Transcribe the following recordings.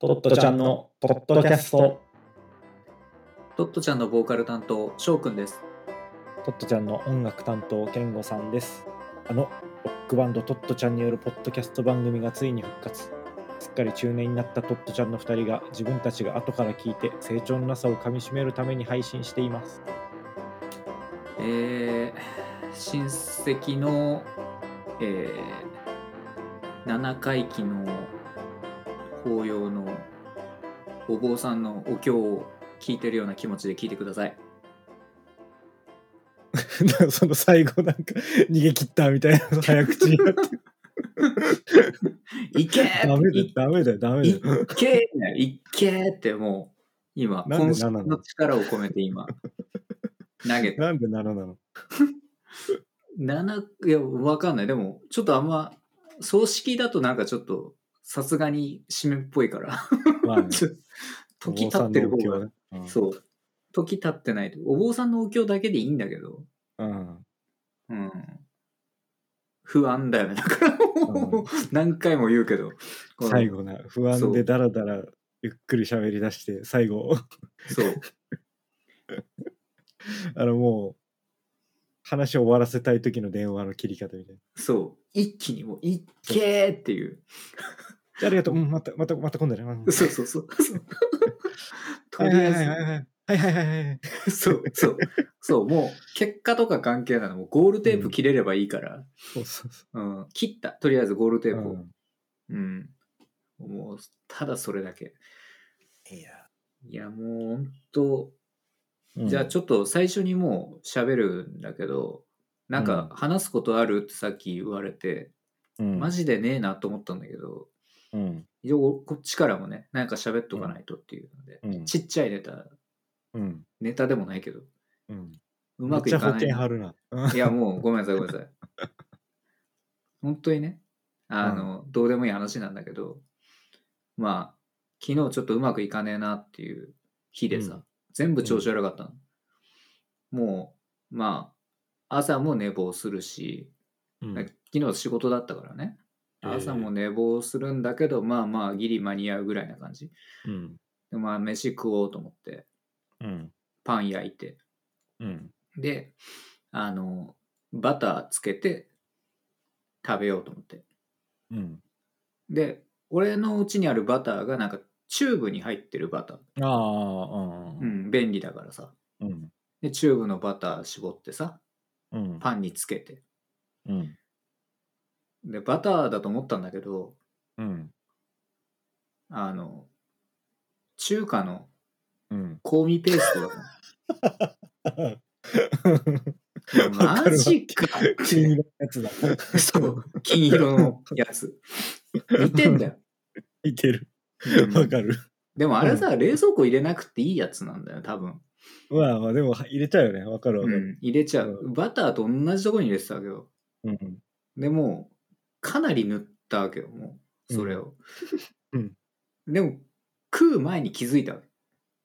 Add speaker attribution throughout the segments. Speaker 1: トットちゃんのポッドキャスト。
Speaker 2: トットちゃんのボーカル担当、翔くんです。
Speaker 1: トットちゃんの音楽担当、ケンゴさんです。あの、ロックバンドトットちゃんによるポッドキャスト番組がついに復活。すっかり中年になったトットちゃんの2人が自分たちが後から聞いて成長のなさをかみしめるために配信しています。
Speaker 2: えー、親戚の、えー、7回忌の法要のお坊さんのお経を聞いてるような気持ちで聞いてください。
Speaker 1: その最後なんか逃げ切ったみたいな早口になって。
Speaker 2: いけ
Speaker 1: ダメだよ
Speaker 2: い、
Speaker 1: ダメだよ、ダメだ
Speaker 2: い
Speaker 1: よ。
Speaker 2: けいけってもう、今、
Speaker 1: なんで
Speaker 2: 渾身の力を込めて今、投げた。
Speaker 1: なんでならなの
Speaker 2: 7、いや、わかんない。でも、ちょっとあんま、葬式だとなんかちょっと、さすがに締めっぽいから。
Speaker 1: まあね、
Speaker 2: ちょ 時経ってる方が、
Speaker 1: お坊さんのお経ね。
Speaker 2: そう時経ってないとお坊さんのお経だけでいいんだけど、
Speaker 1: うん。
Speaker 2: うん、不安だよねだからもう何回も言うけどこの
Speaker 1: 最後な不
Speaker 2: そ
Speaker 1: 安で
Speaker 2: う
Speaker 1: ダラダラゆっくり喋り出して最後
Speaker 2: そう
Speaker 1: あのもう話を終わらせたい時の電話の切り方みたいな
Speaker 2: そう一気にもう「いっけー!」っていう
Speaker 1: 「じゃあありがとう、うん、またまたまた今度ね」うん
Speaker 2: そうそ うそうそうと
Speaker 1: は
Speaker 2: り
Speaker 1: いは
Speaker 2: あ
Speaker 1: いはいはい
Speaker 2: え
Speaker 1: はいはいはいはいはい
Speaker 2: ず そうそうそうもう結果とか関係ないのもうゴールテープ切れればいいから、
Speaker 1: そうそうそ
Speaker 2: うん切ったとりあえずゴールテ
Speaker 1: う、
Speaker 2: ープを、
Speaker 1: うん
Speaker 2: うん、もうただそれだけ
Speaker 1: いや
Speaker 2: いやもう本当
Speaker 1: うん
Speaker 2: じゃあちょっと最初にもう喋るんだけど、なんか話すことあるってさっき言われて、
Speaker 1: うん
Speaker 2: マジでねえなと思ったんだけど、
Speaker 1: うん
Speaker 2: 一応こっちからもね、なんか喋っとかないとっていうので、
Speaker 1: うん
Speaker 2: ちっちゃいネタ、
Speaker 1: うん
Speaker 2: ネタでもないけど、
Speaker 1: うん
Speaker 2: う
Speaker 1: め
Speaker 2: ま
Speaker 1: っ
Speaker 2: くい
Speaker 1: ちゃ
Speaker 2: か
Speaker 1: 保
Speaker 2: ない。
Speaker 1: 険張るな、うん
Speaker 2: いやもうごめんなさいごめんなさい。本当にね、あの、どうでもいい話なんだけど、まあ、昨日ちょっとうまくいかねえなっていう日でさ、
Speaker 1: うん
Speaker 2: 全部調子悪かったの。もう、まあ、朝も寝坊するし、
Speaker 1: うん
Speaker 2: 昨日仕事だったからね、
Speaker 1: うん
Speaker 2: 朝も寝坊するんだけど、まあまあ、ギリ間に合うぐらいな感じ。
Speaker 1: うん
Speaker 2: でまあ、飯食おうと思って、
Speaker 1: うん
Speaker 2: パン焼いて、
Speaker 1: うん
Speaker 2: で、あの、バターつけて食べようと思って。
Speaker 1: うん
Speaker 2: で、俺の家にあるバターがなんかチューブに入ってるバター。
Speaker 1: ああう
Speaker 2: うんん、便利だからさ。
Speaker 1: うん
Speaker 2: で、チューブのバター絞ってさ、
Speaker 1: うん
Speaker 2: パンにつけて。
Speaker 1: うん
Speaker 2: で、バターだと思ったんだけど、
Speaker 1: うん
Speaker 2: あの、中華の
Speaker 1: うん
Speaker 2: 香味ペーストだったの
Speaker 1: わかる
Speaker 2: マ
Speaker 1: わ
Speaker 2: ジか
Speaker 1: 金色のやつだ
Speaker 2: そう、金色のやつ。似てんだよ。
Speaker 1: いてる
Speaker 2: うん
Speaker 1: わかる
Speaker 2: でもあれさ、冷蔵庫入れなくていいやつなんだよ、多分。
Speaker 1: まあまあでも入れちゃうよね。わかるわか
Speaker 2: う
Speaker 1: る。
Speaker 2: ん、入れちゃう、バターと同じとこに入れてたわけよ
Speaker 1: うん。
Speaker 2: でもかなり塗ったわけよもうそれを、
Speaker 1: うん
Speaker 2: でも食う前に気づいたわけ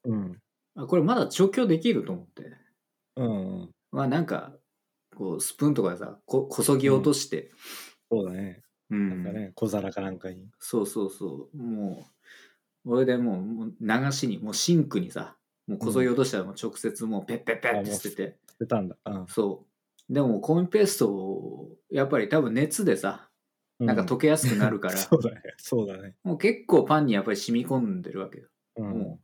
Speaker 1: うん。
Speaker 2: あこれまだ調教できると思って
Speaker 1: うん。
Speaker 2: まあなんかこうスプーンとかでさここそぎ落として、
Speaker 1: そうだね。
Speaker 2: うん
Speaker 1: なんかね、小皿かなんかに。
Speaker 2: そうそうそうもう俺でもうもう流しにもうシンクにさもうこそぎ落としたらもう直接もうペッペッペッって捨てて、
Speaker 1: 捨てたんだ。う
Speaker 2: そうでもコーンペーストをやっぱり多分熱でさ
Speaker 1: ん。
Speaker 2: なんか溶けやすくなるから、
Speaker 1: そうだね。そうだね。
Speaker 2: もう結構パンにやっぱり染み込んでるわけよ。
Speaker 1: うん
Speaker 2: も。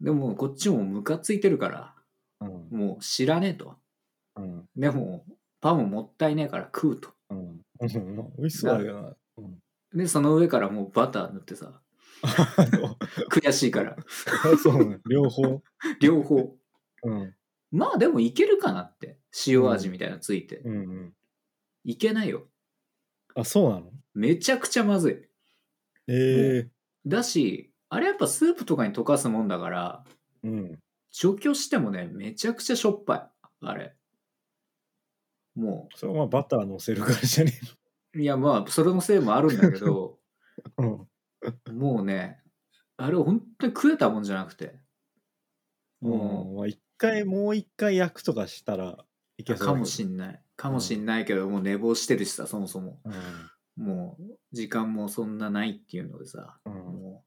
Speaker 2: うでもこっちもムカついてるから、
Speaker 1: うん。
Speaker 2: もう知らねえと。
Speaker 1: うん。
Speaker 2: でも、パンももったいないから食うと。
Speaker 1: うん。うん美味しそうだけどな。うん
Speaker 2: で、その上からもうバター塗ってさ、
Speaker 1: あの
Speaker 2: 悔しい から、
Speaker 1: そうね。両方。
Speaker 2: 両方。
Speaker 1: うん。
Speaker 2: まあでもいけるかなって。塩味みたいなのついて。
Speaker 1: うんうん。
Speaker 2: いけないよ。
Speaker 1: あ、そうなの
Speaker 2: めちゃくちゃまずい。
Speaker 1: ええ。
Speaker 2: だし、あれやっぱスープとかに溶かすもんだから、
Speaker 1: うん。
Speaker 2: 除去してもね、めちゃくちゃしょっぱい。あれ。もう、
Speaker 1: それはまあバター乗せるからじゃね
Speaker 2: いやまあそれのせいもあるんだけ ど
Speaker 1: えの。
Speaker 2: もうねあれ本当に食えたもんじゃなくて
Speaker 1: うん。う
Speaker 2: も
Speaker 1: ん。まあ一回、もう一回焼くとかしたらいうけそうだけど。
Speaker 2: かもしんないかもしんないけど、もう寝坊してるしさそもそも
Speaker 1: うん。
Speaker 2: もう時間もそんなないっていうのでさ、
Speaker 1: うん
Speaker 2: も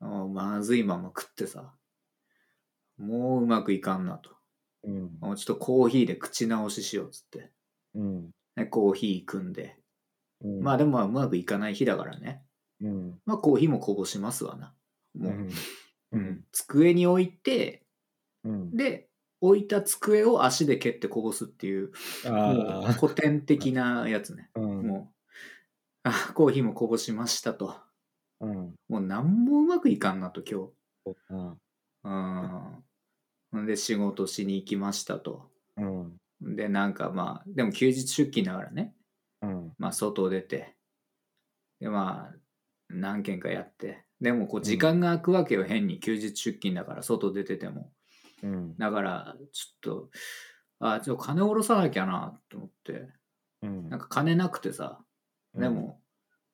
Speaker 2: をまずいまま食ってさ、もううまくいかんなと。
Speaker 1: うん。
Speaker 2: もうちょっとコーヒーで口直ししようっつって。
Speaker 1: うん。
Speaker 2: ね、コーヒー組んで。
Speaker 1: うん
Speaker 2: まあでもまあうまくいかない日だからね。
Speaker 1: うん。
Speaker 2: まあコーヒーもこぼしますわな。
Speaker 1: う
Speaker 2: もう、
Speaker 1: ん。
Speaker 2: う
Speaker 1: うんん。
Speaker 2: 机に置いて、
Speaker 1: うん。
Speaker 2: で、置いた机を足で蹴ってこぼすっていう、もう
Speaker 1: あ
Speaker 2: 古典的なやつね。
Speaker 1: あ。うん。
Speaker 2: もう、あ、コーヒーもこぼしましたと。
Speaker 1: うん。
Speaker 2: もう何もうまくいかんなと今
Speaker 1: そうだな
Speaker 2: 日。うん。んで仕事しに行きましたと。
Speaker 1: うん。
Speaker 2: で、なんかまあ、でも休日出勤だからね。
Speaker 1: うん。
Speaker 2: まあ外出て。で、まあ、何件かやって。でもこう時間が空くわけよ、変に休日出勤だから外出てても。
Speaker 1: うん。
Speaker 2: だから、ちょっと、あ、ちょっと金下ろさなきゃなと思って。
Speaker 1: うん
Speaker 2: なんか金なくてさ。でも、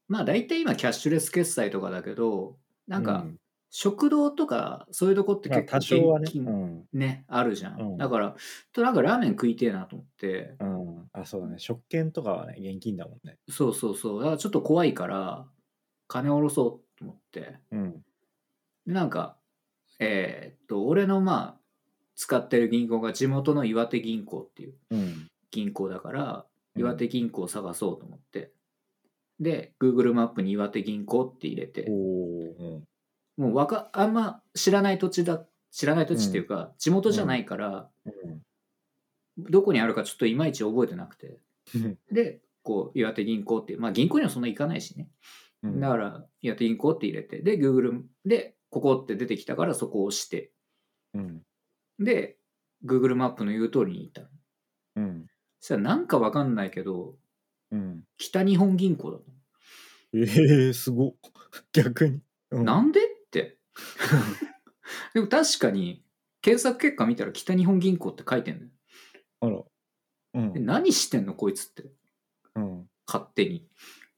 Speaker 2: まあ大体今キャッシュレス決済とかだけど、なんか
Speaker 1: うん
Speaker 2: 食堂とかそういうとこって
Speaker 1: まあ
Speaker 2: 結構
Speaker 1: 多少はね
Speaker 2: 現。
Speaker 1: う
Speaker 2: 金
Speaker 1: ん。
Speaker 2: ね、あるじゃん。
Speaker 1: うん
Speaker 2: だから、となんかラーメン食いてえなと思って、
Speaker 1: うん。あ、そうだね。食券とかはね、現金だもんね。
Speaker 2: そうそうそう、だからちょっと怖いから、金下ろそうと思って、
Speaker 1: うん。
Speaker 2: でなんか、えーっと、俺のまあ、使ってる銀行が地元の岩手銀行っていう
Speaker 1: うん。
Speaker 2: 銀行だから、
Speaker 1: うん
Speaker 2: 岩手銀行を探そうと思って、で、Google マップに岩手銀行って入れて、
Speaker 1: おお。
Speaker 2: もうわか、あんま知らない土地だ、知らない土地っていうか、地元じゃないから、
Speaker 1: うん。
Speaker 2: どこにあるかちょっといまいち覚えてなくて。
Speaker 1: うん
Speaker 2: で、こう、岩手銀行っていう、まあ銀行にはそんな行かないしね。
Speaker 1: うん
Speaker 2: だから、岩手銀行って入れて、で、Google で、ここって出てきたからそこを押して、
Speaker 1: うん。
Speaker 2: で、Google マップの言う通りに行ったの。
Speaker 1: うん。
Speaker 2: そしたらなんかわかんないけど、
Speaker 1: うん。
Speaker 2: 北日本銀行だったの
Speaker 1: ええすごっ。逆に。うん
Speaker 2: なんでって。 でも確かに、検索結果見たら北日本銀行って書いてんだよ。
Speaker 1: あら。う
Speaker 2: で
Speaker 1: ん。
Speaker 2: 何してんのこいつって。
Speaker 1: うん。
Speaker 2: 勝手に。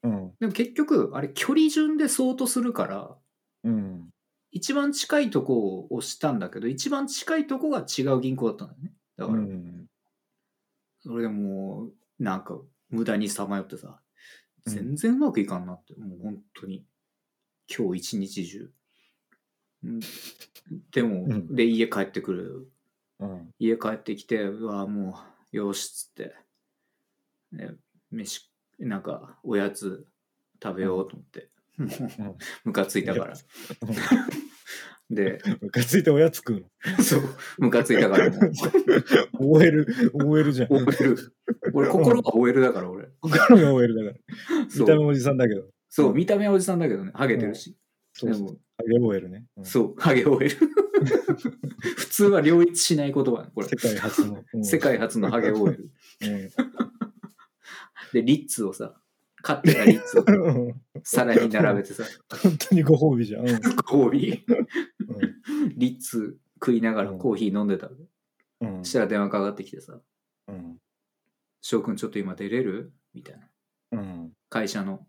Speaker 1: うん。
Speaker 2: でも結局、あれ距離順で相当するから、
Speaker 1: うん。
Speaker 2: 一番近いとこを押したんだけど、一番近いとこが違う銀行だったんだよね。だから、
Speaker 1: うん
Speaker 2: それでもう、なんか、無駄にさまよってさ、
Speaker 1: うん
Speaker 2: 全然うまくいかんなって、もう本当に。今日一日中。うんでも、
Speaker 1: うん
Speaker 2: で、家帰ってくる。
Speaker 1: うん。
Speaker 2: 家帰ってきて、うわ、もう、よし、つって。ね、飯、なんか、おやつ食べようと思って。
Speaker 1: うん
Speaker 2: もう、ムカついたから。 で、
Speaker 1: ムカついておやつ食う
Speaker 2: そう、ムカついたからもう、
Speaker 1: の。OL、OL じゃん。
Speaker 2: OL。俺、心が OL だから、俺。
Speaker 1: 心が OL だから。
Speaker 2: そ
Speaker 1: 見た目
Speaker 2: う、
Speaker 1: もおじさんだけど。
Speaker 2: そう見た目はおじさんだけどね、ハゲてるし。
Speaker 1: そう
Speaker 2: で
Speaker 1: そう。
Speaker 2: も、
Speaker 1: ハゲ OL ね。うん
Speaker 2: そう、ハゲ OL。普通は両立しない言葉ね、これ
Speaker 1: 世。界初の。うん
Speaker 2: 世界初のハゲ OL。
Speaker 1: うん
Speaker 2: で、リッツをさ、買ってたリッツを
Speaker 1: うん
Speaker 2: 皿に並べてさ、
Speaker 1: 本当にご褒美じゃん。うんうん
Speaker 2: コーヒー、リッツ食いながらコーヒー飲んでたの。
Speaker 1: うん
Speaker 2: そしたら電話かかってきてさ、
Speaker 1: うん
Speaker 2: 翔くんちょっと今出れるみたいな。
Speaker 1: うん
Speaker 2: 会社の、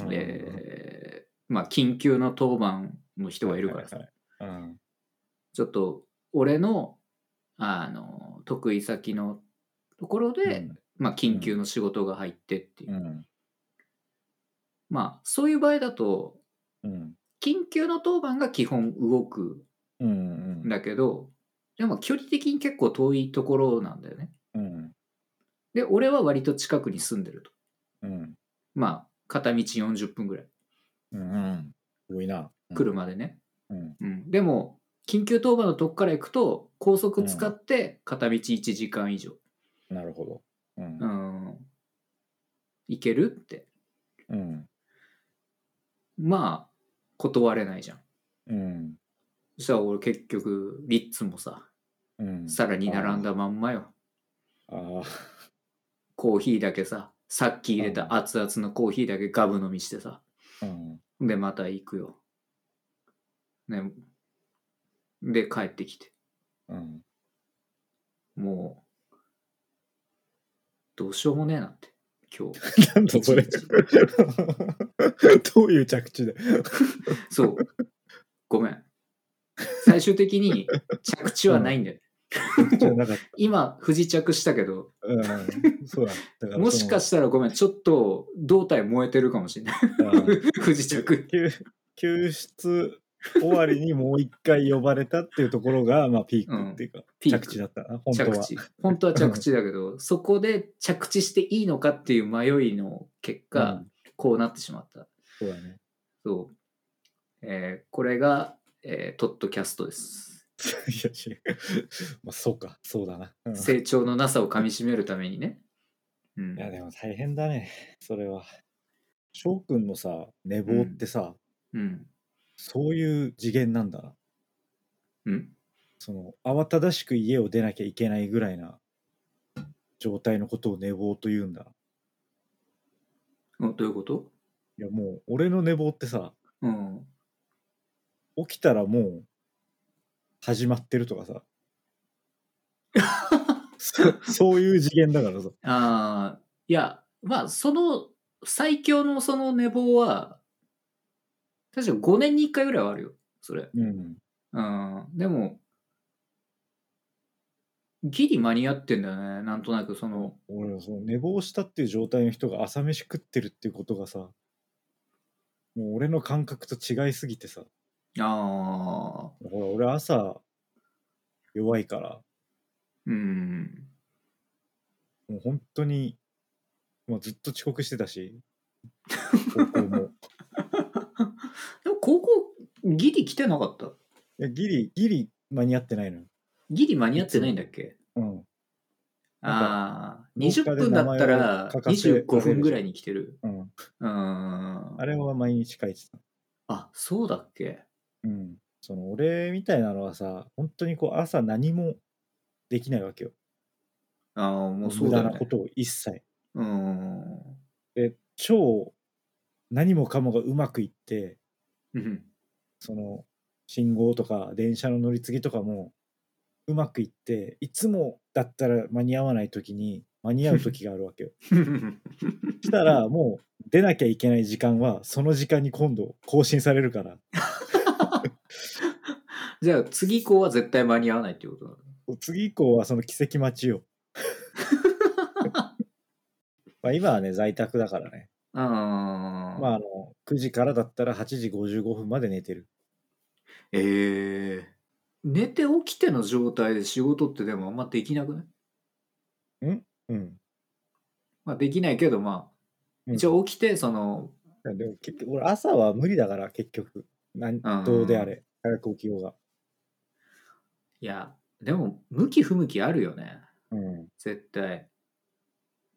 Speaker 1: うん
Speaker 2: えーまあ、緊急の当番の人がいるからさ、
Speaker 1: はいはいはいうん
Speaker 2: ちょっと俺のあの得意先のところで、まあ、緊急の仕事が入ってっていう、
Speaker 1: うん
Speaker 2: まあそういう場合だと
Speaker 1: うん
Speaker 2: 緊急の当番が基本動く
Speaker 1: うん
Speaker 2: んだけどでも距離的に結構遠いところなんだよね
Speaker 1: うん
Speaker 2: で俺は割と近くに住んでると
Speaker 1: うん
Speaker 2: まあ片道40分ぐらい
Speaker 1: うん多いな。うん
Speaker 2: 車でね、
Speaker 1: うん
Speaker 2: うん、でも緊急当番のとこから行くと高速使って片道1時間以上、
Speaker 1: なるほど。うん
Speaker 2: うん、行けるって
Speaker 1: うん
Speaker 2: まあ断れないじゃん
Speaker 1: うん
Speaker 2: そしたら俺結局リッツもさ
Speaker 1: うん
Speaker 2: さらに並んだまんまよ
Speaker 1: あー
Speaker 2: コーヒーだけささっき入れた熱々のコーヒーだけガブ飲みしてさ
Speaker 1: うん
Speaker 2: でまた行くよ、ね、で帰ってきて
Speaker 1: うん
Speaker 2: もうどうしようもねえなって今日
Speaker 1: なんだそれ。どういう着地で。
Speaker 2: そう。ごめん。最終的に着地はないんだよ。
Speaker 1: じゃなかった
Speaker 2: 今、不時着したけど、
Speaker 1: うんそうだ。だから
Speaker 2: もしか
Speaker 1: し
Speaker 2: したらごめん、ちょっ と胴体燃えてるかもしれない。
Speaker 1: たら、
Speaker 2: 不時着。
Speaker 1: 救救出終わりにもう一回呼ばれたっていうところが、まあ、ピークっていうか、
Speaker 2: ピーク
Speaker 1: 着地だったな、本当
Speaker 2: 着
Speaker 1: は。
Speaker 2: 地本当は着地だけどそこで着地していいのかっていう迷いの結果、
Speaker 1: うん
Speaker 2: こうなってしまった
Speaker 1: そうだね。
Speaker 2: そう、えーこれが、えートットキャストです
Speaker 1: いや、違う。まあ、そうか、そうだな。うん
Speaker 2: 成長のなさをかみしめるためにね、うん
Speaker 1: いや、でも大変だね、それは。翔くんのさ、寝坊ってさ、
Speaker 2: うん
Speaker 1: そういう次元なんだな。
Speaker 2: うん
Speaker 1: その、慌ただしく家を出なきゃいけないぐらいな状態のことを寝坊と言うんだ。
Speaker 2: おどういうこと
Speaker 1: いや、もう、俺の寝坊ってさ、
Speaker 2: うん
Speaker 1: 起きたらもう、始まってるとかさ。そそういう次元だからさ。
Speaker 2: ああいやまあその最強のその寝坊は確か5年に1回ぐらいはあるよそれ
Speaker 1: うん。
Speaker 2: うんでも、ギリ間に合ってんだよね。なんとなく、その、
Speaker 1: 俺はその寝坊したっていう状態の人が朝飯食ってるっていうことがさ、もう俺の感覚と違いすぎてさ。
Speaker 2: ああ、
Speaker 1: ほら、俺朝、弱いから、
Speaker 2: うん、
Speaker 1: もう本当に、もうずっと遅刻してたし、高校も。
Speaker 2: でも、高校、ギリ来てなかった。
Speaker 1: いや、ギリ、ギリ間に合ってないのよ。
Speaker 2: ギリ間に合ってないんだっけ
Speaker 1: うん。
Speaker 2: ああ、
Speaker 1: なんか
Speaker 2: 20分だっ
Speaker 1: 廊下
Speaker 2: たら
Speaker 1: で名前を書かせられる
Speaker 2: 25分ぐらいに来てる。
Speaker 1: うん。
Speaker 2: うん。あ
Speaker 1: あれは毎日書いてた。
Speaker 2: あ、そうだっけ
Speaker 1: うん。その、俺みたいなのはさ、本当にこう、朝何もできないわけよ。
Speaker 2: ああ、もうそ
Speaker 1: 無
Speaker 2: うだ
Speaker 1: 駄
Speaker 2: よ
Speaker 1: な
Speaker 2: ね
Speaker 1: こ。とを一切。
Speaker 2: うん。
Speaker 1: で、超、何もかもがうまくいって、
Speaker 2: うん。
Speaker 1: その信号とか電車の乗り継ぎとかもうまくいっていつもだったら間に合わない時に間に合う時があるわ けよ。したらもう出なきゃいけない時間はその時間に今度更新されるから
Speaker 2: じゃあ、次以降は絶対間に合わないってことなの
Speaker 1: 次以降はその奇跡待 ちよ。まあ今はね在宅だからね、
Speaker 2: ああ。
Speaker 1: まあ、あの9時からだったら8時55分まで寝てる
Speaker 2: ええ寝て起きての状態で仕事ってでもあんまできなくない、
Speaker 1: うん
Speaker 2: まあ、できないけどまあ
Speaker 1: うん
Speaker 2: 一応起きてその、
Speaker 1: でも結局俺朝は無理だから結局なん
Speaker 2: うん
Speaker 1: どうであれ早く起きようが
Speaker 2: いやでも向き不向きあるよね
Speaker 1: うん
Speaker 2: 絶対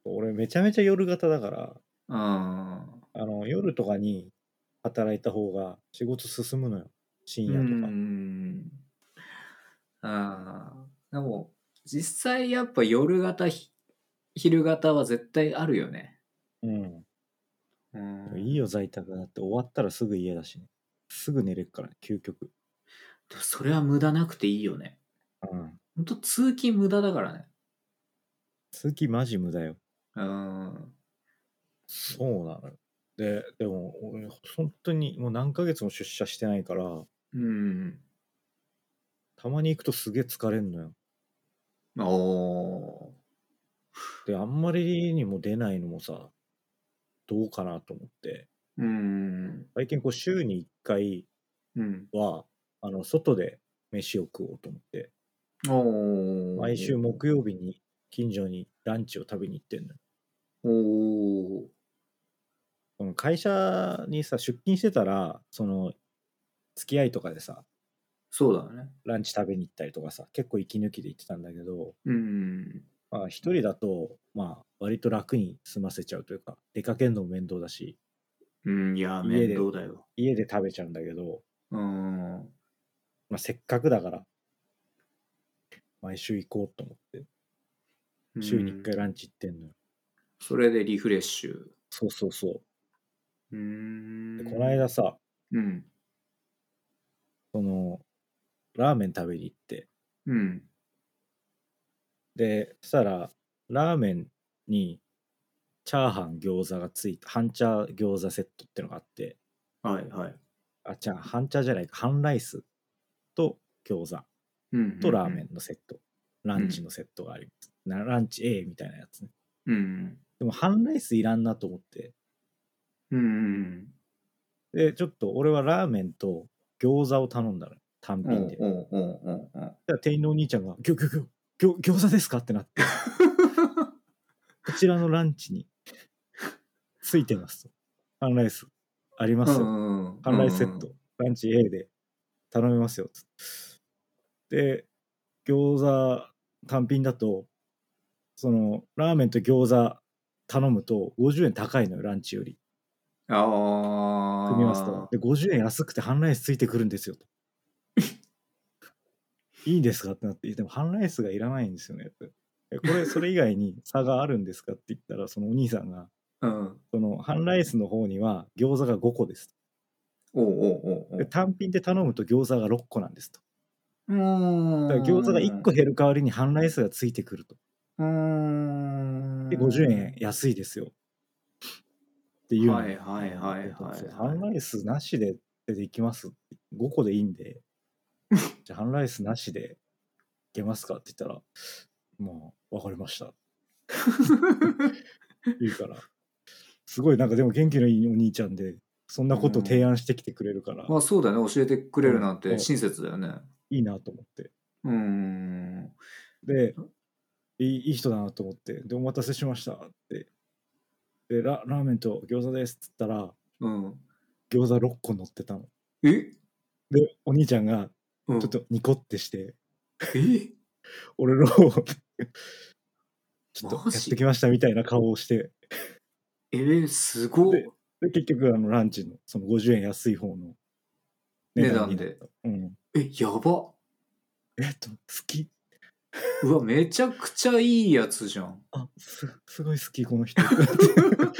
Speaker 1: 俺めちゃめちゃ夜型だから
Speaker 2: うん
Speaker 1: あの夜とかに働いた方が仕事進むのよ深
Speaker 2: う
Speaker 1: 夜とか、
Speaker 2: んあーでも実際やっぱ夜型ひ昼型は絶対あるよね
Speaker 1: うん
Speaker 2: うん
Speaker 1: いいよ在宅だって終わったらすぐ家だし、ね、すぐ寝れるから、ね、究極、
Speaker 2: でもそれは無駄なくていいよね
Speaker 1: うん、
Speaker 2: ほんと通勤無駄だからね
Speaker 1: 通勤マジ無駄よ
Speaker 2: うん
Speaker 1: そうなのよででも俺本当にもう何ヶ月も出社してないから
Speaker 2: うん
Speaker 1: たまに行くとすげえ疲れんのよ
Speaker 2: おー
Speaker 1: であんまりにも出ないのもさどうかなと思って
Speaker 2: うん。
Speaker 1: 最近こう週に1回
Speaker 2: うん。
Speaker 1: はあの外で飯を食おうと思って
Speaker 2: おー
Speaker 1: 毎週。木曜日に近所にランチを食べに行ってんのよ
Speaker 2: おー
Speaker 1: その会社にさ出勤してたらその付き合いとかでさ
Speaker 2: そうだね。
Speaker 1: ランチ食べに行ったりとかさ結構息抜きで行ってたんだけど
Speaker 2: うん。
Speaker 1: まあ一人だとまあ割と楽に済ませちゃうというか出かけるのも面倒だし
Speaker 2: うん、いや、
Speaker 1: 家
Speaker 2: 面
Speaker 1: で
Speaker 2: 倒だよ。
Speaker 1: 家で食べちゃうんだけど、
Speaker 2: うん。
Speaker 1: まあ、せっかくだから毎週行こうと思って週に1回
Speaker 2: うん。
Speaker 1: ランチ行ってんのよ、
Speaker 2: それでリフレッシュ。
Speaker 1: そうそうそううで
Speaker 2: ん。
Speaker 1: この間。さ
Speaker 2: うん。
Speaker 1: そのラーメン食べに行って
Speaker 2: うん。
Speaker 1: で、そしたら、ラーメンに、チャーハン餃子がついた、半チャー餃子セットってのがあって、
Speaker 2: はいはい。
Speaker 1: あ、じゃあ、半チャーじゃないか、半ライスと餃子
Speaker 2: うん。
Speaker 1: とラーメンのセット、ランチのセットがあります。なランチ A みたいなやつね。
Speaker 2: うん。
Speaker 1: でも、半ライスいらんなと思って、
Speaker 2: うん。うん。
Speaker 1: で、ちょっと俺はラーメンと餃子を頼んだのよ単
Speaker 2: うんう
Speaker 1: 品
Speaker 2: ん
Speaker 1: で、
Speaker 2: うんうんうん。
Speaker 1: だから店員のお兄ちゃんが「ぎょぎょぎょぎょ餃子ですか?」ってなって「こちらのランチについてますと」半ライスあり ますよ」
Speaker 2: 考
Speaker 1: 半ライスセット、。ランチ A で頼めますよつってで餃子単品だとそのラーメンと餃子頼むと50円高いのよランチより
Speaker 2: ああ。
Speaker 1: 組み合わせたらで50円安くて半ライスついてくるんですよと いいですかってなっていやでも半ライスがいらないんですよねってえこれそれ以外に差があるんですかって言ったらそのお兄さんが
Speaker 2: うん。
Speaker 1: その半ライスの方には餃子が5個です
Speaker 2: おうおうおうお
Speaker 1: で
Speaker 2: う。
Speaker 1: 単品で頼むと餃子が6個なんですと
Speaker 2: うーん。
Speaker 1: だから餃子が1個減る代わりに半ライスがついてくると。
Speaker 2: うーん。
Speaker 1: で、50円安いですよ。っていうの
Speaker 2: はいはいはいはいはい
Speaker 1: 半ライスなしでできます。5個でいいん で。じゃあ半ライスなしでいけますかって言ったら、まあ、わかりました。言うから。すごい、なんかでも元気のいいお兄ちゃんで、そんなことを提案してきてくれるから、
Speaker 2: まあそうだよね。教えてくれるなん
Speaker 1: う
Speaker 2: て
Speaker 1: ん
Speaker 2: 親切だよね。
Speaker 1: いいなと思って。
Speaker 2: うーん。
Speaker 1: で、いいいい人だなと思って、で、お待たせしましたって。で、ララーメンと餃子ですって言ったら、
Speaker 2: うん。
Speaker 1: 餃子6個乗ってたの。
Speaker 2: え
Speaker 1: で、お兄ちゃんが
Speaker 2: ちょ
Speaker 1: ちょっ。とニコってして、
Speaker 2: え
Speaker 1: 俺の方を ちょっと
Speaker 2: マジ
Speaker 1: やってきましたみたいな顔をして、
Speaker 2: えー、すごい。
Speaker 1: で、結局、あの、ランチの、その50円安い方のになった。うん。
Speaker 2: え、やば。
Speaker 1: えっと、好き。
Speaker 2: うわ、めちゃくちゃいいやつじゃん。
Speaker 1: あ、す、すごい好き、この 人。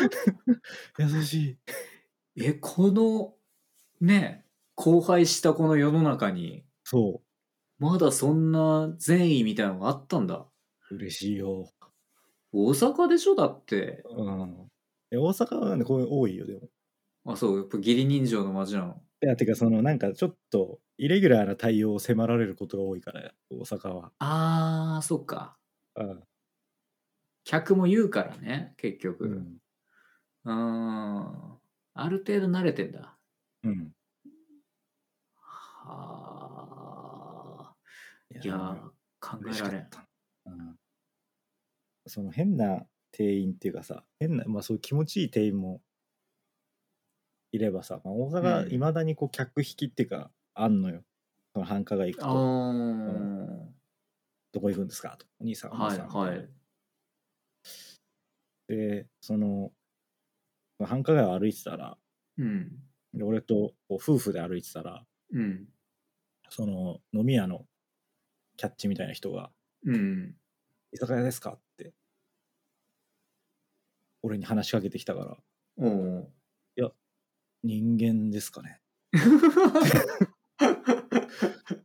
Speaker 1: 優しい。
Speaker 2: え、この、ね、荒廃したこの世の中に、
Speaker 1: そ
Speaker 2: まだそんな善意みたいなのがあったんだ。
Speaker 1: う。嬉しいよ。
Speaker 2: 大阪でしょだって。
Speaker 1: うん。え大阪はね、こういうの多いよ、でも。
Speaker 2: あ、そう、やっぱ義理人情の街なの。
Speaker 1: いや、てか、その、なんか、ちょっと、イレギュラーな対応を迫られることが多いから、大阪は。
Speaker 2: あー、そっか。
Speaker 1: うん。
Speaker 2: 客も言うからね、結局。
Speaker 1: う
Speaker 2: うん
Speaker 1: ん。、
Speaker 2: ある程度慣れてんだ。
Speaker 1: うん、
Speaker 2: はー。
Speaker 1: い
Speaker 2: いやー、考
Speaker 1: 嬉
Speaker 2: え
Speaker 1: し
Speaker 2: ら
Speaker 1: か
Speaker 2: れ
Speaker 1: っ
Speaker 2: ん。
Speaker 1: た。うん。その、変な店員っていうかさ、変な、まあ、そういう気持ちいい店員もいればさ、まあ、大
Speaker 2: う
Speaker 1: 阪、
Speaker 2: ん
Speaker 1: いまだにこう、客引きっていうか、あんのよ。その繁華街行く
Speaker 2: あ
Speaker 1: と、
Speaker 2: ー。
Speaker 1: どこ行くんですかと。お兄さん、お
Speaker 2: は
Speaker 1: 兄
Speaker 2: い
Speaker 1: さん。
Speaker 2: はい。
Speaker 1: で、その、まあ繁華街を歩いてたら、
Speaker 2: うん。
Speaker 1: で俺とこう夫婦で歩いてたら、
Speaker 2: うん。
Speaker 1: その飲み屋のキャッチみたいな人が
Speaker 2: うん。
Speaker 1: 「居酒屋ですか?」って俺に話しかけてきたから
Speaker 2: おー。
Speaker 1: 「人間ですかね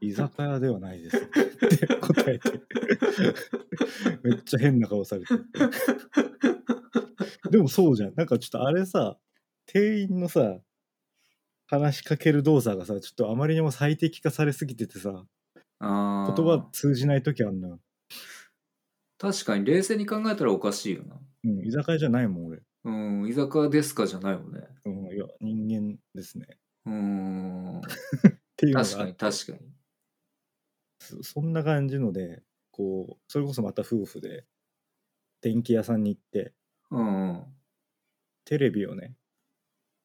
Speaker 1: 居酒屋ではないです」って答えてめっちゃ変な顔されてでもそうじゃんなんかちょっとあれさ店員のさ話しかける動作がさちょっとあまりにも最適化されすぎててさ
Speaker 2: あ
Speaker 1: 言
Speaker 2: ー
Speaker 1: 葉通じない時あんのよ、
Speaker 2: 確かに冷静に考えたらおかしいよな。
Speaker 1: うん、居酒屋じゃないもん俺、
Speaker 2: うん、居酒屋ですかじゃないもんね。
Speaker 1: うん、いや人間ですね
Speaker 2: うーん。
Speaker 1: っていうのが
Speaker 2: 確かに確かに。
Speaker 1: そそんな感じのでこうそれこそまた夫婦で電気屋さんに行って
Speaker 2: うんうん。
Speaker 1: テレビをね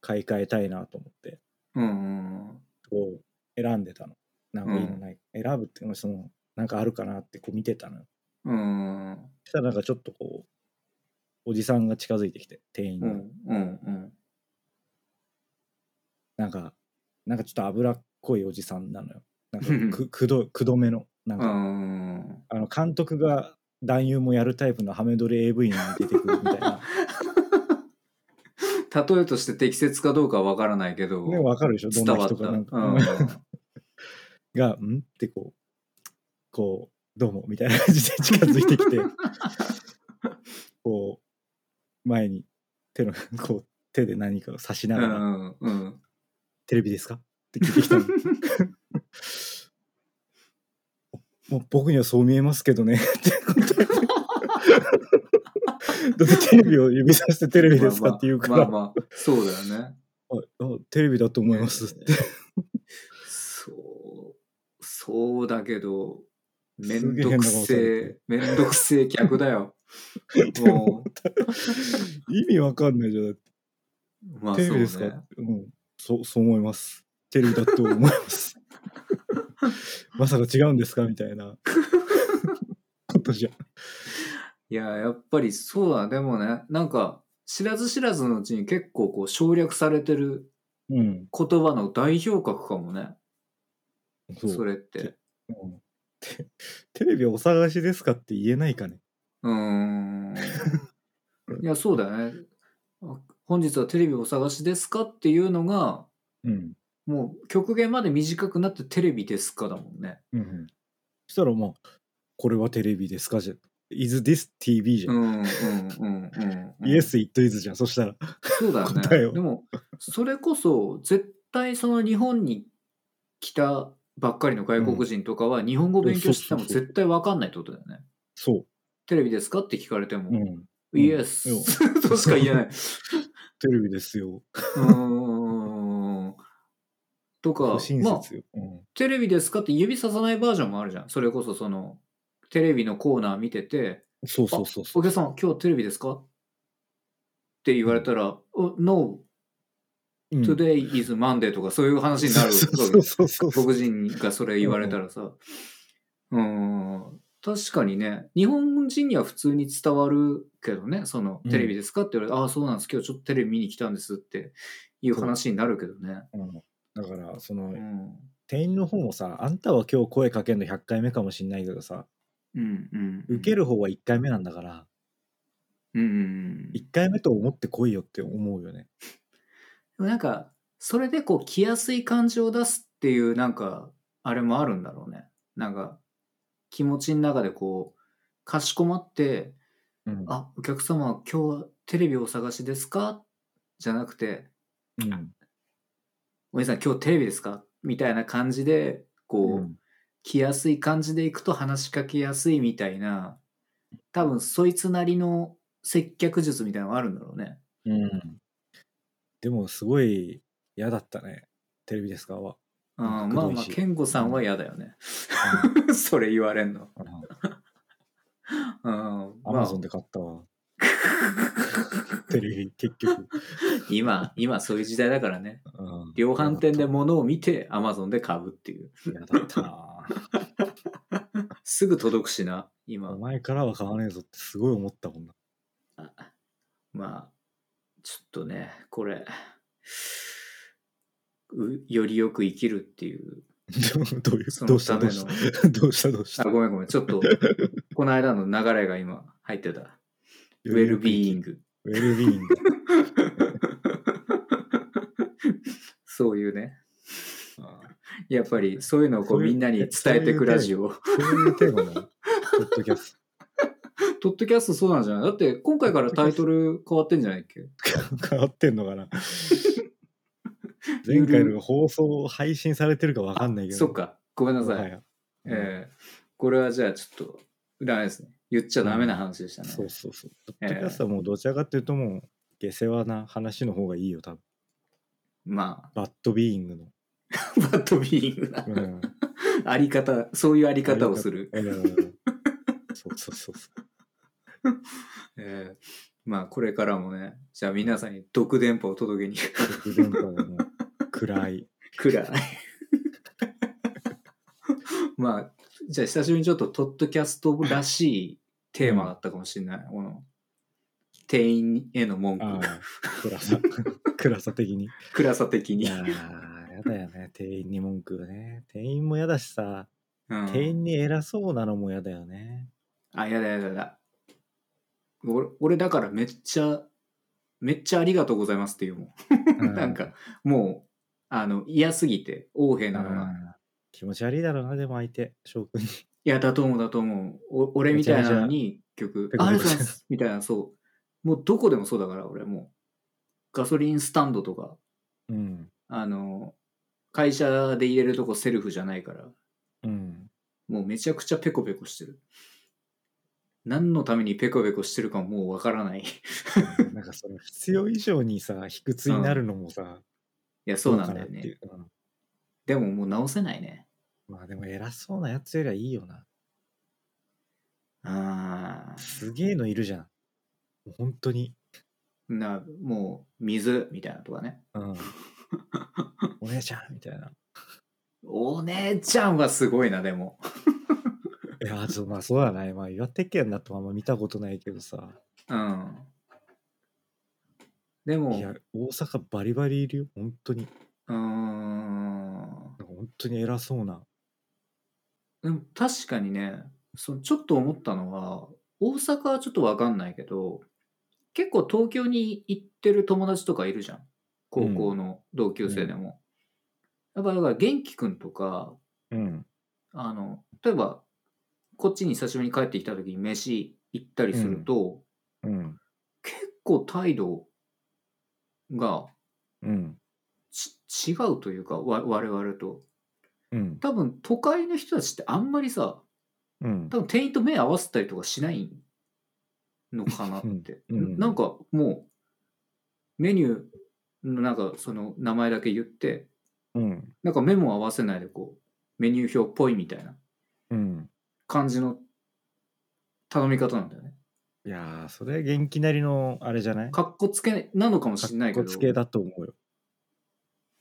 Speaker 1: 買い替えたいなと思って
Speaker 2: うんうん。
Speaker 1: こう選んでたのなんかいいのない、選ぶっていうのはそのなんかあるかなってこう見てたのよ
Speaker 2: うん。
Speaker 1: そしたらなんかちょっとこうおじさんが近づいてきて店員
Speaker 2: う
Speaker 1: が、
Speaker 2: んうん
Speaker 1: なんかなんかちょっと脂っこいおじさんなのよなん
Speaker 2: うん うん
Speaker 1: かくくどくどめのなん
Speaker 2: う
Speaker 1: か、
Speaker 2: ん。うん。
Speaker 1: あの監督が男優もやるタイプのハメ撮り AV に出てくるみたい な
Speaker 2: 例えとして適切かどうかはわからないけど、
Speaker 1: ねわかるでしょど
Speaker 2: 伝
Speaker 1: んな
Speaker 2: わった。
Speaker 1: 人かなんか、うん が、んってこう、こう、どうも、みたいな感じで近づいて きて、こう、前に手の、こう、手で何かを差しな
Speaker 2: う
Speaker 1: がら、
Speaker 2: んうん うん。
Speaker 1: テレビですかって聞いて きたの。もう僕にはそう見えますけどね、って答え て。だってテレビを指さしてテレビですかって言うから、
Speaker 2: まあまあ、まあまあそうだよね。
Speaker 1: ああテレビだと思いますって。
Speaker 2: そうだけど、め
Speaker 1: す
Speaker 2: ん
Speaker 1: げえ
Speaker 2: ど
Speaker 1: 変な
Speaker 2: く
Speaker 1: 顔され
Speaker 2: せ
Speaker 1: て
Speaker 2: え、めんどくせえ客 だよ。
Speaker 1: で
Speaker 2: も
Speaker 1: も意味わかんないじゃんだって
Speaker 2: う、まあ
Speaker 1: テレ
Speaker 2: そう
Speaker 1: ビですか、
Speaker 2: ね。
Speaker 1: うんそうそう思いますテレビだと思います まさか違うんですかみたいなことじゃ
Speaker 2: いや、やっぱりそうだ、でもね、なんか、知らず知らずのうちに結構こう省略されてる
Speaker 1: うん
Speaker 2: 言葉の代表格かもね、
Speaker 1: そう
Speaker 2: それって。
Speaker 1: うんてテレビお探しですかって言えないかね
Speaker 2: うーん。 いや、そうだよね。あ本日はテレビをお探しですかっていうのが、
Speaker 1: うん、
Speaker 2: もう極限まで短くなってテレビですかだもんね。
Speaker 1: うんうん、そしたらまあこれはテレビですかじゃん Is this TV じゃ、
Speaker 2: うんんうんうんうん、うん。
Speaker 1: イエス It is じゃんそしたら
Speaker 2: そうだよ
Speaker 1: 答え
Speaker 2: ね。
Speaker 1: を
Speaker 2: でも、それこそ、絶対その日本に来たばっかりの外国人とかは、日本語勉強してても
Speaker 1: そうそうそう
Speaker 2: 絶対わかんないってことだよね。
Speaker 1: そ
Speaker 2: テレビですかって聞かれても、
Speaker 1: う、うん、うん
Speaker 2: イエスとしか言えない。
Speaker 1: テレビですよ
Speaker 2: うーん。とか
Speaker 1: 不、親
Speaker 2: まあ、
Speaker 1: 切よ、うん
Speaker 2: テレビですかって指ささないバージョンもあるじゃん。それこそ、その、テレビのコーナー見てて、
Speaker 1: そうそうそうそ
Speaker 2: お
Speaker 1: う
Speaker 2: 客さん、今日テレビですかって言われたら、お No,
Speaker 1: うん
Speaker 2: today is Monday とかそういう話になるわけ
Speaker 1: そうそうそうそう
Speaker 2: 黒人がそれ言われたらさ、うん、確かにね、日本人には普通に伝わるけどね、その
Speaker 1: うん
Speaker 2: テレビですかって言われて、ああ、そうなんです、今日ちょっとテレビ見に来たんですっていう話になるけどね。
Speaker 1: うんだからその
Speaker 2: うん、
Speaker 1: 店員の方もさあんたは今日声かけるの100回目かもしんないけどさ
Speaker 2: うん、うん。
Speaker 1: 受ける方は1回目なんだから
Speaker 2: うん。うん。
Speaker 1: 1回目と思ってこいよって思うよね
Speaker 2: でもなんか、それでこう、来やすい感じを出すっていう、なんか、あれもあるんだろうね。なんか、気持ちの中でこう、かしこまって、
Speaker 1: うん
Speaker 2: あ、お客様、今日はテレビをお探しですかじゃなくて、
Speaker 1: うん
Speaker 2: お姉さん、今日テレビですかみたいな感じで、こう、
Speaker 1: うん
Speaker 2: 来やすい感じでいくと話しかけやすいみたいな、多分、そいつなりの接客術みたいなのがあるんだろうね。
Speaker 1: うんでもすごい嫌だったねテレビですかは
Speaker 2: うん、ま
Speaker 1: な
Speaker 2: あ
Speaker 1: んか
Speaker 2: ま
Speaker 1: くど
Speaker 2: あ、
Speaker 1: いし
Speaker 2: 健吾さんは嫌だよね。
Speaker 1: あ
Speaker 2: それ言われんの。
Speaker 1: の
Speaker 2: うん。
Speaker 1: ア
Speaker 2: ま
Speaker 1: マ
Speaker 2: あ
Speaker 1: ゾンで買ったわテレビ結局、
Speaker 2: 今、今そういう時代だからね。
Speaker 1: うん
Speaker 2: 量販店で物を見て、アマゾンで買うっていう。
Speaker 1: 嫌だったな
Speaker 2: すぐ届くしな、今
Speaker 1: お。前からは買わねえぞってすごい思ったもんな
Speaker 2: あまあ、ちょっとね、これ、うよりよく生きるっていう、
Speaker 1: でも どういう
Speaker 2: そ
Speaker 1: ど
Speaker 2: の
Speaker 1: うした
Speaker 2: た
Speaker 1: ど
Speaker 2: め
Speaker 1: うし
Speaker 2: の
Speaker 1: た。どうしたどうした
Speaker 2: あ、ごめんごめん。ちょっと、この間の流れが今入ってた。ウェルビーイング。
Speaker 1: ウェルビーイング。
Speaker 2: そういうね。やっぱりそういうのをこ
Speaker 1: そ
Speaker 2: う
Speaker 1: ういう
Speaker 2: みんなに伝えてくラジオ。
Speaker 1: そういうテーマ の、ポッドキャス
Speaker 2: ポッドキャストそうなんじゃないだって今回からタイトル変わってんじゃないっけ
Speaker 1: ト。変わってんのか な前回の放送配信されてるかわかんないけど。
Speaker 2: そっか。ごめんなさい。
Speaker 1: はい。
Speaker 2: えーこれはじゃあちょっと、ダメですね。言っちゃダメな話でしたね。
Speaker 1: そうそうそう。ポッドキャストはもうどちらかっていうともう、下世話な話の方がいいよ、多分。
Speaker 2: ま
Speaker 1: バッドビーイングの。
Speaker 2: あ、 バッドビーイングな
Speaker 1: うん。
Speaker 2: あり方、そういうあり方をする。
Speaker 1: うんそうそうそうそう。
Speaker 2: えーまあ、これからもね、じゃあ皆さんに毒電波を届けに
Speaker 1: 極電波の暗い。
Speaker 2: くらい。 まあ、じゃあ久しぶりにちょっと、トッドキャストらしいテーマだったかもしれない。この、店員への文句。
Speaker 1: ああ、暗さ。暗さ的に。
Speaker 2: 暗さ的
Speaker 1: い
Speaker 2: に。
Speaker 1: やー、 やだよね。店員に文句ね。店員もやだしさ。
Speaker 2: うん
Speaker 1: 店員に偉そうなのも嫌だよね。
Speaker 2: あ、やだやだやだ。俺、俺だからめっちゃ、めっちゃありがとうございますっていうもん。なんか、もう、あの、嫌すぎて、横
Speaker 1: う
Speaker 2: 柄
Speaker 1: ん、
Speaker 2: なのが。
Speaker 1: 気持ち悪いだろうな、でも相手、翔くんに。
Speaker 2: いや、だと思う、だと思う。お俺みたいなのに、結局、あありがとうございますみたいな、そう。もうどこでもそうだから、俺もう。ガソリンスタンドとか、
Speaker 1: うん。
Speaker 2: あの、会社で入れるとこセルフじゃないから、
Speaker 1: うん。
Speaker 2: もうめちゃくちゃペコペコしてる。何のためにペコペコしてるかもうわからない。い
Speaker 1: なんかその必要以上にさ、卑屈になるのもさ、
Speaker 2: や、そうなんだよね
Speaker 1: ど。うかなっていう
Speaker 2: でももう直せないね。
Speaker 1: まあでも偉そうなやつよりはいいよな。
Speaker 2: あ
Speaker 1: すげえのいるじゃん。もう本当に。
Speaker 2: あなもう水みたいなとかね
Speaker 1: うん。 お姉ちゃんみたいな。
Speaker 2: お姉ちゃんはすごいなでも
Speaker 1: いや、そうまあそうだね。まあ岩手県だとあんま見たことないけどさ。
Speaker 2: うんでも
Speaker 1: いや、大阪バリバリいるよ。本当に。
Speaker 2: うーん
Speaker 1: なんか本当に偉そうな。
Speaker 2: でも確かにねそのちょっと思ったのは大阪はちょっと分かんないけど結構東京に行ってる友達とかいるじゃん高校の同級生でも、やっぱだから元気くんとか
Speaker 1: うん。
Speaker 2: あの例えばこっちに久しぶりに帰ってきた時に飯行ったりすると、
Speaker 1: うん。
Speaker 2: 結構態度が
Speaker 1: うん。
Speaker 2: ち違うというかわ我々と
Speaker 1: うん。
Speaker 2: 多分都会の人たちってあんまりさ
Speaker 1: うん。
Speaker 2: 多分店員と目合わせたりとかしないのかなって、
Speaker 1: うんうん
Speaker 2: なんかもうメニューのなんかその名前だけ言って
Speaker 1: うん。
Speaker 2: なんか目も合わせないでこうメニュー表っぽいみたいな
Speaker 1: うん。
Speaker 2: 感じの頼み方なんだよね
Speaker 1: いやー、それ元気なりのあれじゃない
Speaker 2: かっこつけなのかもしれないけ
Speaker 1: こつけ
Speaker 2: ど
Speaker 1: だと思うよ。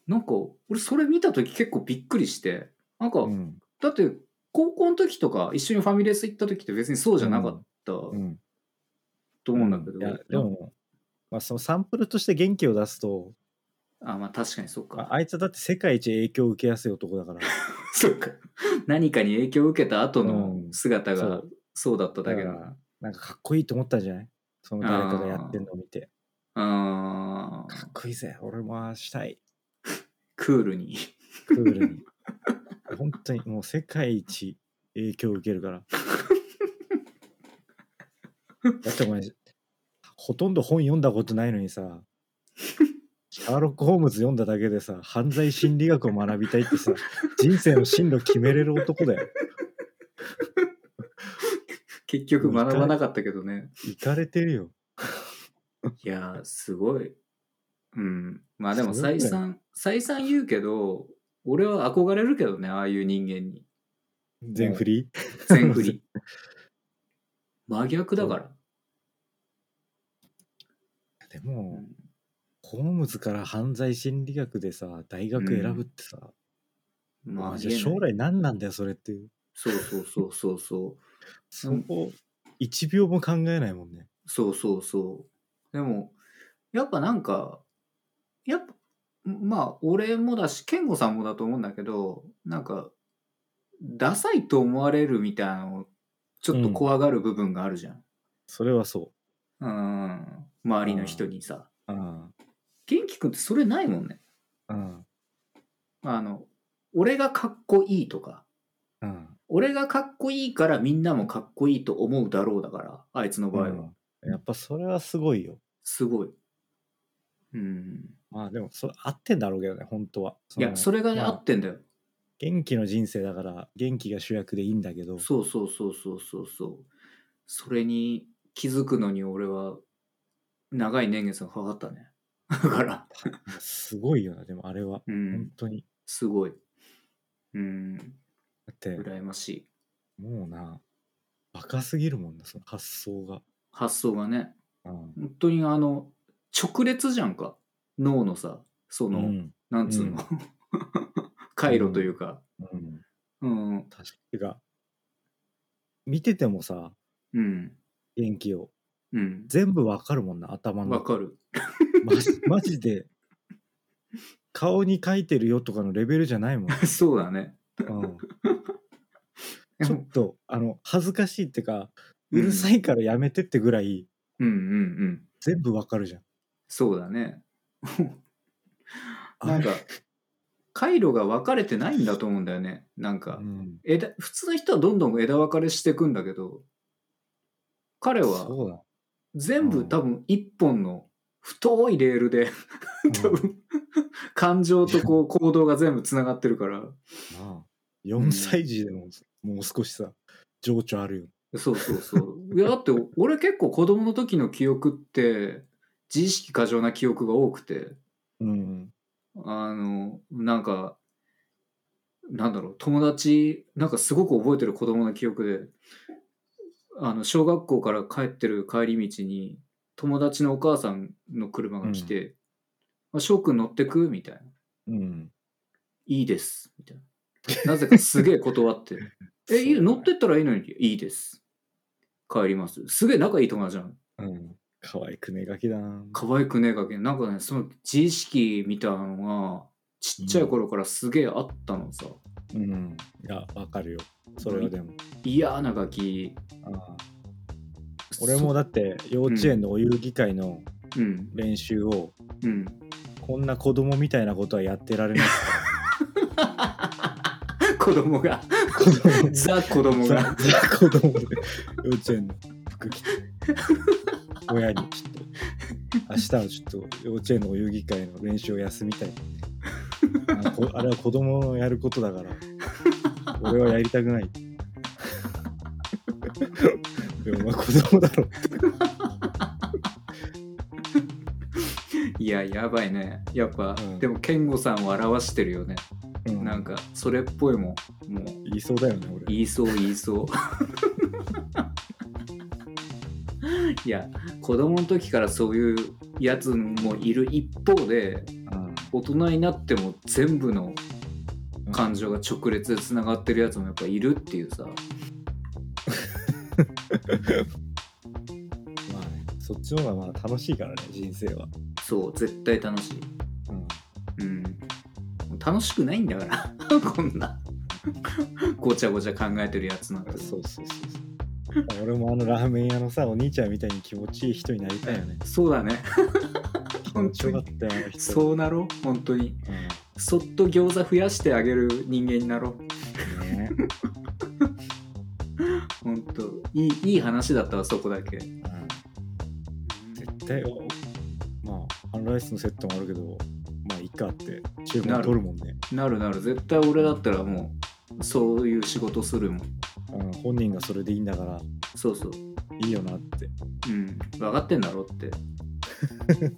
Speaker 2: なんか俺それ見た時結構びっくりしてなんか、
Speaker 1: うん。
Speaker 2: だって高校の時とか一緒にファミレス行った時って別にそうじゃなかったと
Speaker 1: うん。
Speaker 2: 思うんだけど、
Speaker 1: いやでも、まあ、そのサンプルとして元気を出すと、
Speaker 2: あまあ確かにそっか、
Speaker 1: まあ、あいつだって世界一影響を受けやすい男だ から
Speaker 2: そっか。 何かに影響を受けた後の
Speaker 1: うん
Speaker 2: 姿
Speaker 1: そ
Speaker 2: が
Speaker 1: う
Speaker 2: そうだっただけだ
Speaker 1: だからなんかかっこいいと思ったんじゃないその誰かがやってんのを見て
Speaker 2: な。あー
Speaker 1: かっこいいぜ俺もああしたい
Speaker 2: クールに。
Speaker 1: クールに本当にもう世界一影響を受ける からだってお前ほとんど本読んだことないのにさシャーロック・ホームズ読んだだけでさ犯罪心理学を学びたいってさ人生の進路決めれる男だよ
Speaker 2: 結局学ばなかったけどね。
Speaker 1: 行かれてるよ。
Speaker 2: いやー、すごい。うん。まあでも
Speaker 1: すごいね
Speaker 2: 再三、再三言うけど、俺は憧れるけどね、ああいう人間に。
Speaker 1: 全振り
Speaker 2: 全振り。 真逆だから。
Speaker 1: で
Speaker 2: う
Speaker 1: も、
Speaker 2: ん
Speaker 1: ホームズから犯罪心理学でさ、大学選ぶってさ、
Speaker 2: まあ、
Speaker 1: じゃあ将来何なんだよ、それっていう。
Speaker 2: そうそうそうそうそう。
Speaker 1: そこ、1秒も考えないもんね。
Speaker 2: そうそうそう。でも、やっぱなんか、やっぱ、まあ、俺もだし、健吾さんもだと思うんだけど、なんか、ダサいと思われるみたいなのを、ちょっと怖がる部分があるじゃん。
Speaker 1: それはそ
Speaker 2: うん、周りの人にさ。
Speaker 1: う。うん。
Speaker 2: 元気くんってそれないもんね。
Speaker 1: うん。
Speaker 2: あの、俺がかっこいいとか、
Speaker 1: うん。
Speaker 2: 俺がかっこいいからみんなもかっこいいと思うだろうだから、あいつの場合は。
Speaker 1: うんやっぱそれはすごいよ。
Speaker 2: すごい。うん。
Speaker 1: まあでも、それ合ってんだろうけどね、本当は。
Speaker 2: いや、
Speaker 1: の
Speaker 2: それがね、
Speaker 1: まあ
Speaker 2: 合ってんだよ。
Speaker 1: 元気の人生だから、元気が主役でいいんだけど、
Speaker 2: そうそうそうそうそうそう。それに気づくのに俺は長い年月がかかったね。だから、
Speaker 1: すごいよな、でもあれは。
Speaker 2: う
Speaker 1: 本
Speaker 2: ん、
Speaker 1: 当に。
Speaker 2: すごい。うん、
Speaker 1: だって、
Speaker 2: 羨ましい。
Speaker 1: もうな、バカすぎるもんな、その発想が。
Speaker 2: 発想がね、
Speaker 1: うん。
Speaker 2: 本当にあの、直列じゃんか。脳のさ、その、
Speaker 1: うん
Speaker 2: なんつうの、
Speaker 1: う
Speaker 2: 回路というか。
Speaker 1: うん、
Speaker 2: うん、
Speaker 1: 確かてか見ててもさ
Speaker 2: うん、
Speaker 1: 元気を
Speaker 2: うん。
Speaker 1: 全部わかるもんな頭
Speaker 2: わ
Speaker 1: の
Speaker 2: かる。
Speaker 1: マジマジで顔に書いてるよとかのレベルじゃないもん、
Speaker 2: そうだね。
Speaker 1: うん、
Speaker 2: で
Speaker 1: ちょ
Speaker 2: も
Speaker 1: っとあの恥ずかしいってかうるさいからやめてってぐらい
Speaker 2: うんうんうん。
Speaker 1: 全部わかるじゃん
Speaker 2: そう だね。
Speaker 1: あ
Speaker 2: なんか
Speaker 1: れ、
Speaker 2: 回路が分かれてないんだと思うんだよね。なんか
Speaker 1: う、ん、
Speaker 2: 枝普通の人はどんどん枝分かれしていくんだけど、彼は
Speaker 1: そうだ
Speaker 2: 全
Speaker 1: う
Speaker 2: 部
Speaker 1: ん
Speaker 2: 多分一本の太いレールで、多
Speaker 1: うん
Speaker 2: 分、 感情とこう行動が全部つながってるから、
Speaker 1: なあ4歳児でも、もう少しさ情緒あるよ
Speaker 2: そうそうそう。いや、だって俺結構子供の時の記憶って、自意識過剰な記憶が多くて、
Speaker 1: うん
Speaker 2: あの、なんか、なんだろう、友達、なんかすごく覚えてる子供の記憶で、あの、小学校から帰ってる帰り道に、友達のお母さんの車が来て、あ翔くん乗ってくみたいな。
Speaker 1: うん。
Speaker 2: いいです。みたいな。なぜかすげえ断って。 え、いいよ乗ってったらいいのに、いいです。帰ります。すげえ仲いい友達なの。
Speaker 1: うん。可愛く目がけだな。
Speaker 2: 可愛くねえかけんなんかね、その自意識みたいなのが、ちっちゃい頃からすげえあったのさ。
Speaker 1: うん。いや、わかるよ。それはでも。
Speaker 2: 嫌なガキ。
Speaker 1: ああ俺もだって、幼稚園のお遊戯会の
Speaker 2: そ。うん。
Speaker 1: 練習を、
Speaker 2: うん。
Speaker 1: こんな子供みたいなことはやってられない。
Speaker 2: 子供 が、
Speaker 1: 子供
Speaker 2: ザ子 供
Speaker 1: ザ
Speaker 2: が、
Speaker 1: ザ子供で、幼稚園の服着て、親にちょっと、明日はちょっと幼稚園のお遊戯会の練習を休みたいって。あこあれは子供のやることだから、俺はやりたくない。でもお前子供だろ。
Speaker 2: いや、やばいね。やっぱ、
Speaker 1: うん
Speaker 2: でも、健吾さんを表してるよね。
Speaker 1: うん
Speaker 2: なんか、それっぽいもん。もう、
Speaker 1: 言いそうだよね、俺。
Speaker 2: 言いそう言いそう いや子供の時からそういうやつもいる一方で大人になっても全部の
Speaker 1: うん
Speaker 2: 感情が直列でつながってるやつもやっぱいるっていうさ
Speaker 1: まあね、そっちの方がまあ楽しいからね、人生は。
Speaker 2: そう絶対楽しい
Speaker 1: うん
Speaker 2: うん楽しくないんだから こんなごちゃごちゃ考えてるやつなんて
Speaker 1: そうそうそうそう。俺もあのラーメン屋のさ、お兄ちゃんみたいに気持ちいい人になりたいよね。
Speaker 2: そうだね
Speaker 1: 気持ちよかったよ、あの人。
Speaker 2: そうなろう本当に
Speaker 1: う。
Speaker 2: そっと餃子増やしてあげる人間になろうん
Speaker 1: ね
Speaker 2: 本当いいいい話だったわそこだけ、
Speaker 1: うん絶対、おまあ、アンライスのセットもあるけど、まあ、いっかって、注文取るもんね。
Speaker 2: なるなる絶対俺だったらもうそういう仕事するもん
Speaker 1: うん、本人がそれでいいんだから、
Speaker 2: そうそう
Speaker 1: いいよなって。
Speaker 2: うん分かってんだろって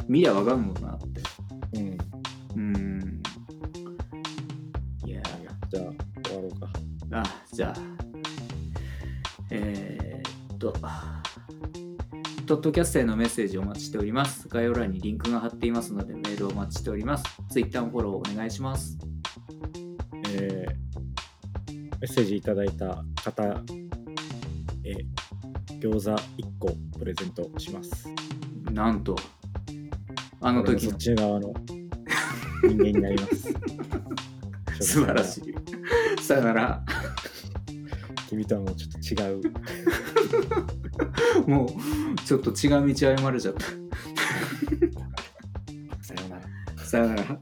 Speaker 2: 見りゃ分かんもんなって
Speaker 1: うん。
Speaker 2: うんいや
Speaker 1: じゃあ、終わろうか。
Speaker 2: あじゃあえー、っとトッドキャストへのメッセージお待ちしております概要欄にリンクが貼っていますのでメールをお待ちしております Twitter もフォローお願いします
Speaker 1: えーメッセージいただいた方え餃子1個プレゼントします。
Speaker 2: なんとあ
Speaker 1: あ
Speaker 2: の時
Speaker 1: そっ
Speaker 2: の
Speaker 1: ち側 の人間になります。
Speaker 2: 素晴らし
Speaker 1: い。
Speaker 2: い。さよなら。
Speaker 1: 君とはもうちょっと違う。
Speaker 2: もうちょっと違う道歩まれちゃっ
Speaker 1: さようなら。
Speaker 2: た。さよなら。